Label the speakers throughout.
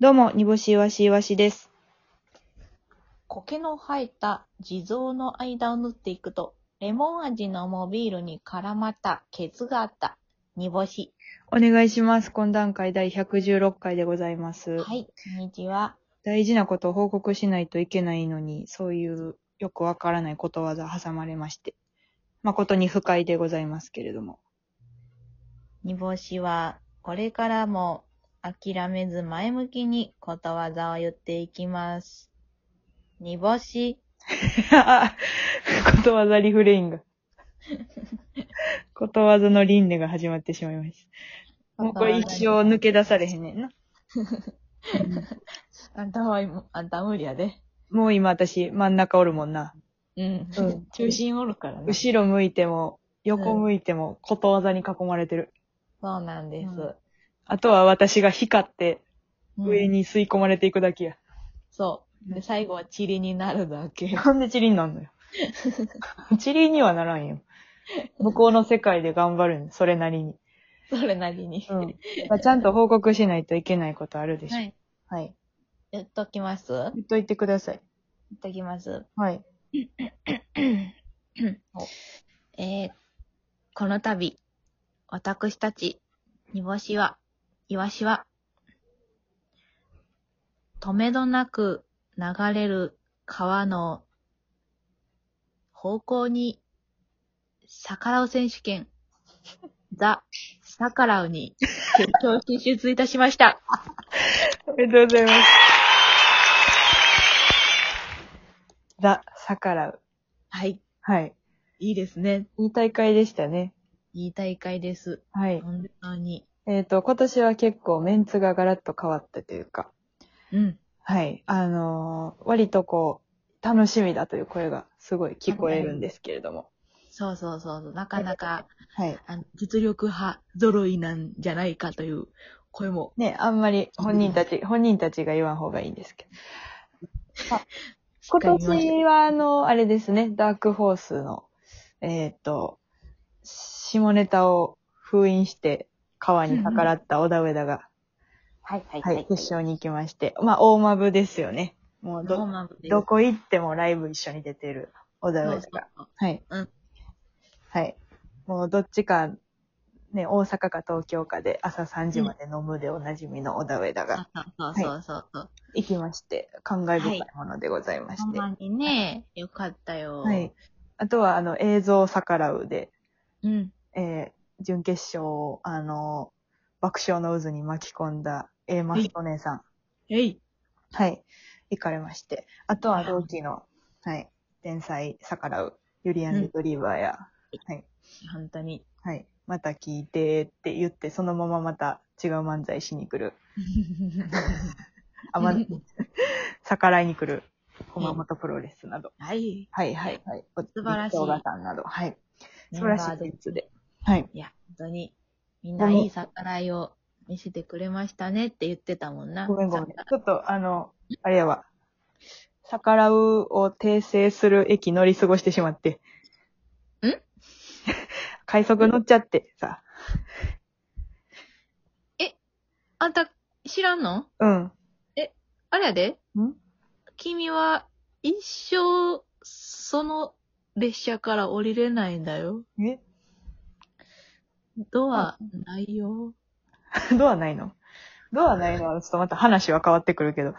Speaker 1: どうも、煮干しいわしいわしです。
Speaker 2: 苔の生えた地蔵の間を縫っていくと、レモン味のモビールに絡まったケツがあった。煮干し。
Speaker 1: お願いします。懇談会第116回でございます。
Speaker 2: はい、こんにちは。
Speaker 1: 大事なことを報告しないといけないのに、そういうよくわからないことわざ挟まれまして。誠に不快でございますけれども。
Speaker 2: 煮干しは、これからも諦めず前向きにことわざを言っていきます。煮干し。
Speaker 1: あことわざリフレインが。ことわざの輪廻が始まってしまいました。もうこれ一生抜け出されへんねんな。 うん
Speaker 2: あんたは、あんた無理やで。
Speaker 1: もう今私真ん中おるもんな。
Speaker 2: うん。
Speaker 1: うん
Speaker 2: 中心おるからね。そ
Speaker 1: 後ろ向いても、横向いても、ことわざに囲まれてる。
Speaker 2: うなんです。
Speaker 1: あとは私が光って、
Speaker 2: うん
Speaker 1: 上。に吸い込まれていくだけや。
Speaker 2: そう。で、最後は塵になるだけ。
Speaker 1: なんでチリになん のよ。チリにはならんよ。向こうの世界で頑張るんだそれなりに。
Speaker 2: それなりに。
Speaker 1: うん。だからちゃんと報告しないといけないことあるでしょ。
Speaker 2: は
Speaker 1: はい。
Speaker 2: い。言っときます言っ
Speaker 1: 言っといてください。
Speaker 2: ときます。
Speaker 1: はい。
Speaker 2: えーこの度、私たち、煮干しは、イワシは、止めどなく流れる川の方向に、逆らう選手権、ザ・逆らうに、決勝進出いたしました。
Speaker 1: おめでとうございます。ザ・逆らう。
Speaker 2: はい。
Speaker 1: はい。
Speaker 2: いいですね。
Speaker 1: いい大会でしたね。
Speaker 2: いい大会です。
Speaker 1: はい。
Speaker 2: 本当に。
Speaker 1: えっ、と、今年は結構メンツがガラッと変わったというか、
Speaker 2: うん。
Speaker 1: はい。あのー割とこう、楽しみだという声がすごい聞こえるんですけれども。
Speaker 2: そうそうそう。なかなか、
Speaker 1: はい。
Speaker 2: あの実力派揃いなんじゃないかという声も。
Speaker 1: ね、あんまり本人たち、本人たちが言わん方がいいんですけど。今年は、あの、あれですね、ダークホースの、えーっと、下ネタを封印して、川に逆らった小田上田が、
Speaker 2: はいはい
Speaker 1: はい、決勝に行きまして、まあ、大マブですよね。もう
Speaker 2: どう
Speaker 1: ど、
Speaker 2: もです
Speaker 1: どこ行ってもライブ一緒に出てる小田
Speaker 2: そ
Speaker 1: 上
Speaker 2: う
Speaker 1: 田
Speaker 2: そ
Speaker 1: が。
Speaker 2: う
Speaker 1: はい。
Speaker 2: うん
Speaker 1: はい。もうどっちか、ね、大阪か東京かで朝3時まで飲むでおなじみの小田上田が
Speaker 2: そうそうそうそう。
Speaker 1: 行きまして、感慨深いものでございま
Speaker 2: ほ
Speaker 1: し
Speaker 2: ん
Speaker 1: て。
Speaker 2: まにね、よかったよ。
Speaker 1: はい。あとは、あの、映像逆らうで、
Speaker 2: うん。
Speaker 1: えー準決勝を、あの、爆笑の渦に巻き込んだ A マスト姉さん。
Speaker 2: えい。
Speaker 1: はい。行かれまして。あとは、同期の、はい。天才逆らう、ユリアン・リトリーバーや、
Speaker 2: 本当に。
Speaker 1: はい。また聞いてって言って、そのまままた違う漫才しに来る。あ、 ま、逆らいに来る。熊本プロレスなど。
Speaker 2: はい。
Speaker 1: はいはいはい。
Speaker 2: 素晴らしい
Speaker 1: 小田さんなど。はい。素晴らしい
Speaker 2: メンバー
Speaker 1: メ
Speaker 2: で
Speaker 1: ンツで。はい。
Speaker 2: いや、本当に。みんないい逆らいを見せてくれましたねって言ってたもんな。
Speaker 1: ごめんごめん。ち
Speaker 2: 逆ら
Speaker 1: ょっと、あの、あれやわ。逆らうを訂正する駅乗り過ごしてしまって。
Speaker 2: ん
Speaker 1: 快速乗っちゃって、さ。
Speaker 2: あんた、知らんの
Speaker 1: うん。
Speaker 2: あれやで
Speaker 1: ん
Speaker 2: 君は一生その列車から降りれないんだよ。
Speaker 1: え
Speaker 2: ドアないよ。
Speaker 1: ドアないのドアないのは、ちょっとまた話は変わってくるけど。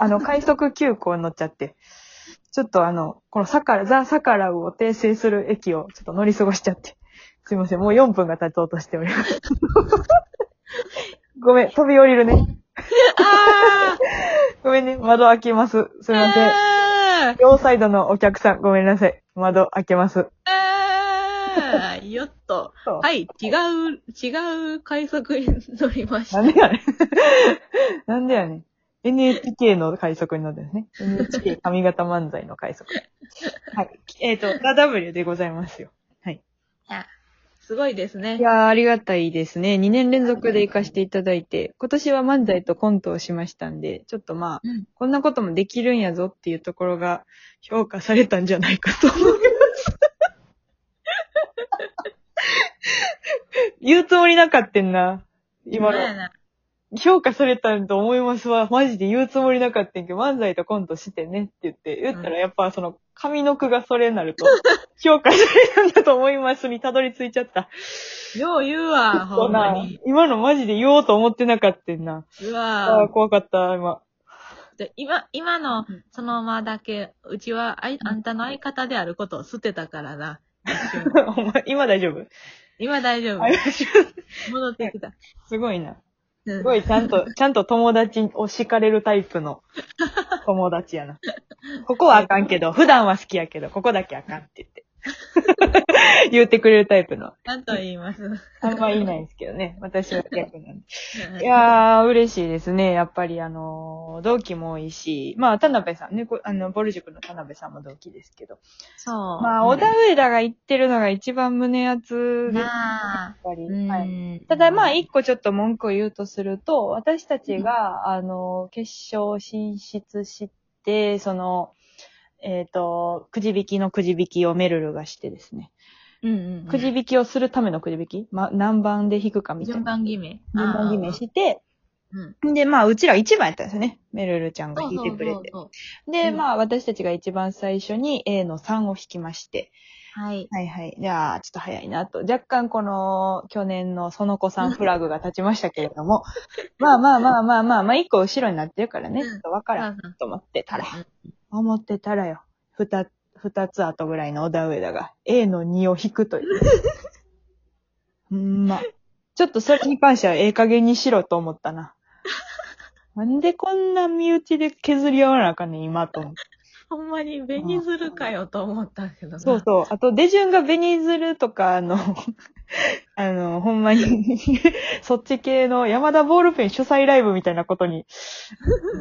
Speaker 1: あの、快速急行乗っちゃって。ちょっとあの、このサカラ、ザ・サカラウを訂正する駅をちょっと乗り過ごしちゃって。すいません、もう4分が経とうとしております。 ごめん、飛び降りるね。
Speaker 2: あ
Speaker 1: ごめんね、窓開きます。すいません。
Speaker 2: あ
Speaker 1: 両サイドのお客さん、ごめんなさい。窓開けます。
Speaker 2: ああよっと。
Speaker 1: そう
Speaker 2: はい、違う、違う快速に乗りまし
Speaker 1: な
Speaker 2: た。
Speaker 1: んでやねん。なん でやねん。NHK の快速に乗ってるね。NHK 髪型漫才の快速。はい。えっ、と、ザ・ W でございますよ。
Speaker 2: すごいですね。
Speaker 1: いやー、ありがたいですね。2年連続で行かせていただいて、今年は漫才とコントをしましたんで、ちょっとまあ、
Speaker 2: うん
Speaker 1: こんなこともできるんやぞっていうところが評価されたんじゃないかと思い ます。言うつもりなかったんな。今
Speaker 2: そうや
Speaker 1: の。
Speaker 2: な
Speaker 1: 評価されたんと思いますわ。マジで言うつもりなかったんやけど、漫才とコントしてねって言って、言った
Speaker 2: う
Speaker 1: らやっぱその、上の句がそれになると、 評価されたんだと思いますにたどり着いちゃった。
Speaker 2: よう言うわ、
Speaker 1: そ
Speaker 2: ほ
Speaker 1: うん
Speaker 2: ま
Speaker 1: な
Speaker 2: に。。
Speaker 1: 今のマジで言おうと思ってなかったんな。
Speaker 2: う
Speaker 1: ああ、
Speaker 2: わ
Speaker 1: 怖かった、今。
Speaker 2: で今、今の
Speaker 1: うん、
Speaker 2: そのままだけ、うちはあい、あんたの相方であることを捨てたからな。
Speaker 1: お前、今大丈夫
Speaker 2: 今大丈夫
Speaker 1: あ。
Speaker 2: 戻ってきた。
Speaker 1: すごいな。
Speaker 2: うん
Speaker 1: すごい、ちゃん と、ちゃんと友達を敷かれるタイプの友達やな。ここはあかんけど、普段は好きやけど、ここだけあかんって言って。 言ってくれるタイプの。
Speaker 2: なんと言います。
Speaker 1: あんまいないですけどね。私は逆なんで。 い
Speaker 2: い、
Speaker 1: やー、嬉しいですね。やっぱり、あのー同期も多いし、まあ、田辺さんね、こあの、ボル塾の田辺さんも同期ですけど。
Speaker 2: そう。
Speaker 1: まあ、小田上田が言ってるのが一番胸熱ですね、や
Speaker 2: な
Speaker 1: っ。
Speaker 2: あ
Speaker 1: ぱり。
Speaker 2: うん
Speaker 1: はい。ただまあ、、一個ちょっと文句を言うとすると、私たちが、あの、決勝進出して、その、えっ、と、くじ引きのくじ引きをメルルがしてですね。
Speaker 2: うんうんうん
Speaker 1: くじ引きをするためのくじ引き、ま、何番で引くかみたい
Speaker 2: 順
Speaker 1: な。
Speaker 2: 番決め。
Speaker 1: 順番決めして、
Speaker 2: あー。うん。
Speaker 1: で、まあ、うちら1番やったんですよね。メルルちゃんが
Speaker 2: そう
Speaker 1: 引い
Speaker 2: そう
Speaker 1: て
Speaker 2: そう
Speaker 1: くれて。
Speaker 2: そう
Speaker 1: で、
Speaker 2: うん
Speaker 1: まあ、私たちが一番最初に A の3を引きまして。
Speaker 2: はい。
Speaker 1: はいはい。じゃあ、ちょっと早いなと。若干この、去年のその子さんフラグが立ちましたけれど も、まあまあまあまあまあ、まあ、一個後ろになってるからね、
Speaker 2: うん
Speaker 1: ちょっとわからん
Speaker 2: そうそう
Speaker 1: と思ってたら
Speaker 2: うん、
Speaker 1: 思ってたらよ、二つ、二つ後ぐらいの小田上田が A の2を引くという。うんまあ。ちょっとそれに関してはええ加減にしろと思ったな。なんでこんな身内で削り合わなあかんねん、今と思って
Speaker 2: ほんまに紅するかよと思ったけどな。
Speaker 1: そうそう。あと、出順がベニズルとか、あの、 あの、ほんまに、 そっち系の山田ボールペン主催ライブみたいなことに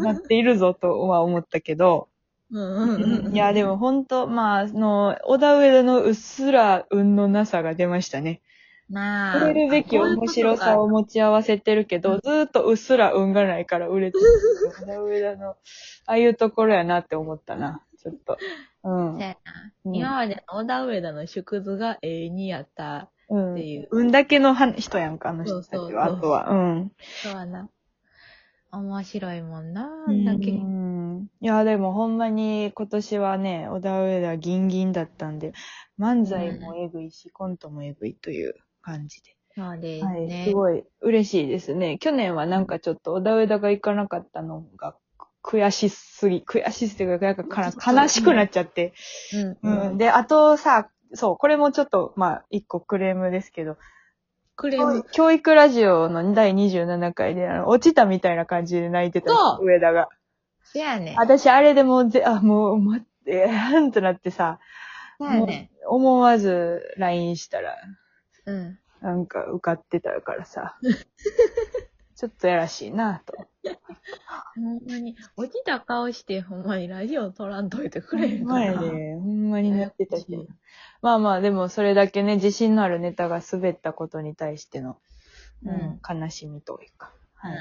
Speaker 1: なっているぞとは思ったけど、
Speaker 2: うんうんうん。
Speaker 1: いや、でもほんと、まあ、あの、小田上田のうっすら運のなさが出ましたね。
Speaker 2: なあ。
Speaker 1: 売れるべき面白さを持ち合わせてるけ
Speaker 2: う
Speaker 1: ど
Speaker 2: ん、
Speaker 1: ずーっとうっすら運がないから売れてる。小田上田の、ああいうところやなって思ったな。ちょっと。うん
Speaker 2: そうやな
Speaker 1: うん
Speaker 2: 今までの小田上田の縮図が永遠にやった。
Speaker 1: うん
Speaker 2: っていう
Speaker 1: 運だけのは人やんか、あの人たちは。
Speaker 2: そうそうそう
Speaker 1: あとは。うん。
Speaker 2: そうやな。面白いもんな、あ
Speaker 1: うん
Speaker 2: だけ。
Speaker 1: ん。いや、でもほんまに今年はね、小田上田ギンギンだったんで、漫才もえぐいし、コントもえぐいという感じで。
Speaker 2: そうです
Speaker 1: はい、
Speaker 2: ね。
Speaker 1: すごい嬉しいですね。去年はなんかちょっと小田上田が行かなかったのが、悔しすぎ、悔しすぎてなんかかな悲しくなっちゃって。
Speaker 2: うん
Speaker 1: う。
Speaker 2: うんん。
Speaker 1: で、あとさ、そう、これもちょっと、まあ、一個クレームですけど、
Speaker 2: クレーム。
Speaker 1: 教育ラジオの第27回で、あの、落ちたみたいな感じで泣いてた
Speaker 2: そ。う
Speaker 1: 上田が。
Speaker 2: せやねん。
Speaker 1: 私、あれでもうぜ、あ、もう、待って、えーんとなってさ、
Speaker 2: せやね
Speaker 1: 思わず LINE したら、
Speaker 2: ん。うん。
Speaker 1: なんか受かってたからさ、ちょっとやらしいなと。
Speaker 2: ほんまに、落ちた顔して、ほんまにラジオ撮らんといてくれへんか
Speaker 1: 前
Speaker 2: な。
Speaker 1: で、ほんまになってたし
Speaker 2: えー。
Speaker 1: まあまあ、でもそれだけね、自信のあるネタが滑ったことに対しての、うん、悲しみというか。はい。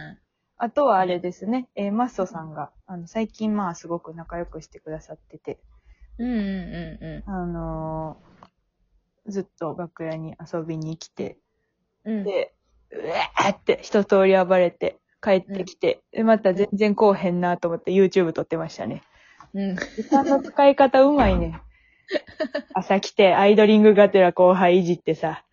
Speaker 1: あとはあれですね、えーマッソさんが、あの、最近まあすごく仲良くしてくださってて、
Speaker 2: うん。うんうんう
Speaker 1: あのーずっと楽屋に遊びに来て、
Speaker 2: んうん。うん。
Speaker 1: で、うわーって一通り暴れて帰ってきて、でまた全然こうへんなと思って YouTube 撮ってましたね。
Speaker 2: うん。
Speaker 1: 時間の使い方うまい ね。朝来てアイドリングがてら後輩いじって さ。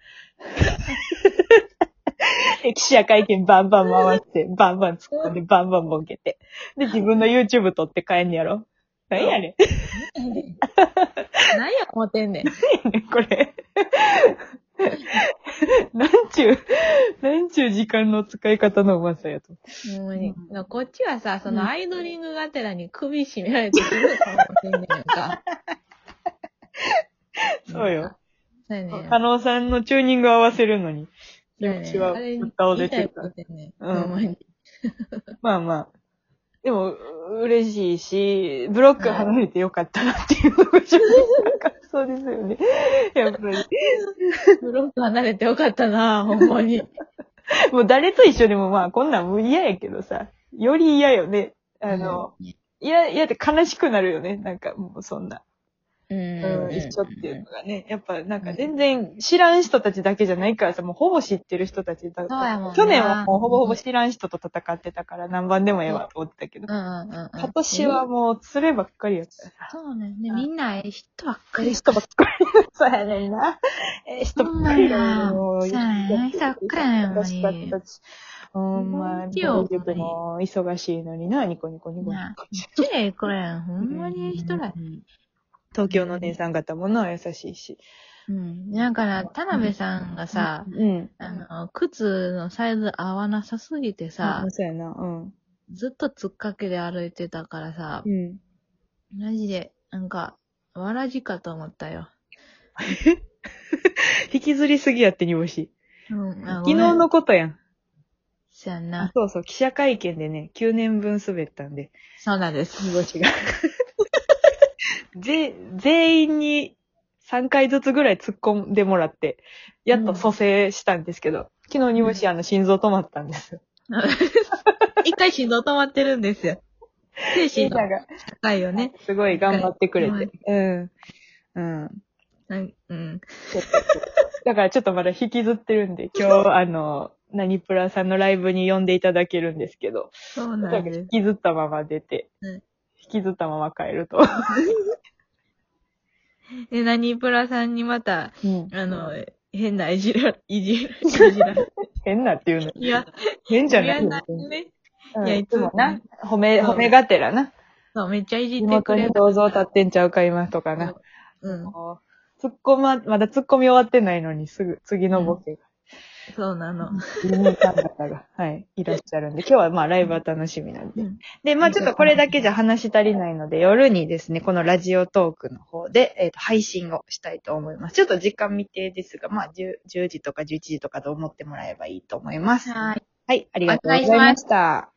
Speaker 1: で記者会見バンバン回して、バンバン突っ込んで、バンバンボケて。で、自分の YouTube 撮って帰んねやろ。なんやね
Speaker 2: 何や思ってんねん。
Speaker 1: ん、 これ。なんちゅう、なんちゅう時間の使い方のうまさやと。
Speaker 2: ほんまに
Speaker 1: う。
Speaker 2: こっちはさ、そ
Speaker 1: うん
Speaker 2: のアイドリングがてらに首絞められてくるかもしんねんか。
Speaker 1: そうよ。
Speaker 2: そうやねん。
Speaker 1: 加納さんのチューニング合わせるのに、
Speaker 2: そ
Speaker 1: 気
Speaker 2: うや
Speaker 1: 持
Speaker 2: ね
Speaker 1: ちは
Speaker 2: んあれに
Speaker 1: 顔
Speaker 2: 言
Speaker 1: 出
Speaker 2: いた
Speaker 1: て
Speaker 2: い
Speaker 1: る
Speaker 2: ことやねん。
Speaker 1: うん
Speaker 2: ほんまに。
Speaker 1: まあまあ。でも、う嬉しいし、ブロック離れてよかったなっていうのが正直な感想ですよ ね。やっぱり。
Speaker 2: ブロック離れてよかったな、ほんま に。
Speaker 1: もう誰と一緒でもまあこんなんもう嫌やけどさ、より嫌よね。あの、
Speaker 2: うん、
Speaker 1: 嫌、嫌って悲しくなるよね。なんかもうそんな。
Speaker 2: うん
Speaker 1: うん、一緒っていうのがね、やっぱなんか全然知らん人たちだけじゃないからさ、もうほぼ知ってる人たちだ
Speaker 2: そうやもんな
Speaker 1: 去年はもうほぼほぼ知らん人と戦ってたから何番でもええわと思ってたけど、
Speaker 2: うんうんうんうん。
Speaker 1: 今年はもう釣ればっかりやった。
Speaker 2: そうね。で、みんな、ええ人ばっか
Speaker 1: ええ
Speaker 2: り。
Speaker 1: 人ばっかり。そうやねんな。ええ人ばっかりだよ。
Speaker 2: そうやなそうやな人ばっかりやのに
Speaker 1: 忙しかったし。ほんま、
Speaker 2: ほんまよ
Speaker 1: 結局もう忙しいのにな、ニコニコニコニ
Speaker 2: な
Speaker 1: コ。
Speaker 2: 失礼、これ。ほんまにええ人ら。
Speaker 1: 東京の姉さん方もな、優しいし。
Speaker 2: うん。だから、田辺さんがさ、
Speaker 1: うん。
Speaker 2: あの、靴のサイズ合わなさすぎてさ
Speaker 1: うん、そうやな、うん。
Speaker 2: ずっとつっかけで歩いてたからさ
Speaker 1: う、ん。
Speaker 2: マジで、なんか、わらじかと思ったよ。
Speaker 1: 引きずりすぎやって、煮干し。
Speaker 2: うん、あ
Speaker 1: 昨日。のことやん。
Speaker 2: そうやん
Speaker 1: あ
Speaker 2: な。
Speaker 1: そうそう、記者会見でね、9年分滑ったんで、
Speaker 2: そうなんです。
Speaker 1: 煮干し が。ぜ、全員に3回ずつぐらい突っ込んでもらって、やっと蘇生したんですけど、昨日煮干しあの心臓止まったんですよ。
Speaker 2: 一回心臓止まってるんですよ。精
Speaker 1: み
Speaker 2: 神
Speaker 1: んな
Speaker 2: が
Speaker 1: が、
Speaker 2: 高いよね。
Speaker 1: すごい頑張ってくれて。うん。うん。
Speaker 2: なんうん。
Speaker 1: だからちょっとまだ引きずってるんで、今日、あの、何プラさんのライブに呼んでいただけるんですけど、
Speaker 2: そう
Speaker 1: な
Speaker 2: なんん
Speaker 1: か
Speaker 2: です
Speaker 1: 引。きずったまま出て、
Speaker 2: うん
Speaker 1: 引きずったまま帰ると。
Speaker 2: で、ナニプラさんにまた、
Speaker 1: うん、
Speaker 2: あの、変ないじら、いじら、いじら。
Speaker 1: 変なっていうの。
Speaker 2: いや、
Speaker 1: 変
Speaker 2: い
Speaker 1: じゃな
Speaker 2: や
Speaker 1: いよ。
Speaker 2: ないね。
Speaker 1: うん
Speaker 2: いや
Speaker 1: いつも
Speaker 2: い
Speaker 1: な、褒め、
Speaker 2: そう
Speaker 1: 褒めがてらな。
Speaker 2: そう、めっちゃいじって
Speaker 1: 妹
Speaker 2: くれ
Speaker 1: に
Speaker 2: る。
Speaker 1: 銅像立ってんちゃうか、今とかな。
Speaker 2: うん。
Speaker 1: もう突っ込ま、まだ突っ込み終わってないのに、すぐ、次のボケ が。
Speaker 2: そうなの。
Speaker 1: ユニーさん方が、はい、いらっしゃるんで、今日はまあライブは楽しみなんで。
Speaker 2: うん
Speaker 1: で、まあちょっとこれだけじゃ話し足りないので、夜にですね、このラジオトークの方で、えっ、と、配信をしたいと思います。ちょっと時間未定ですが、まあ 10, 10時とか11時とかと思ってもらえばいいと思います。
Speaker 2: はい。
Speaker 1: はい、ありがとうございました。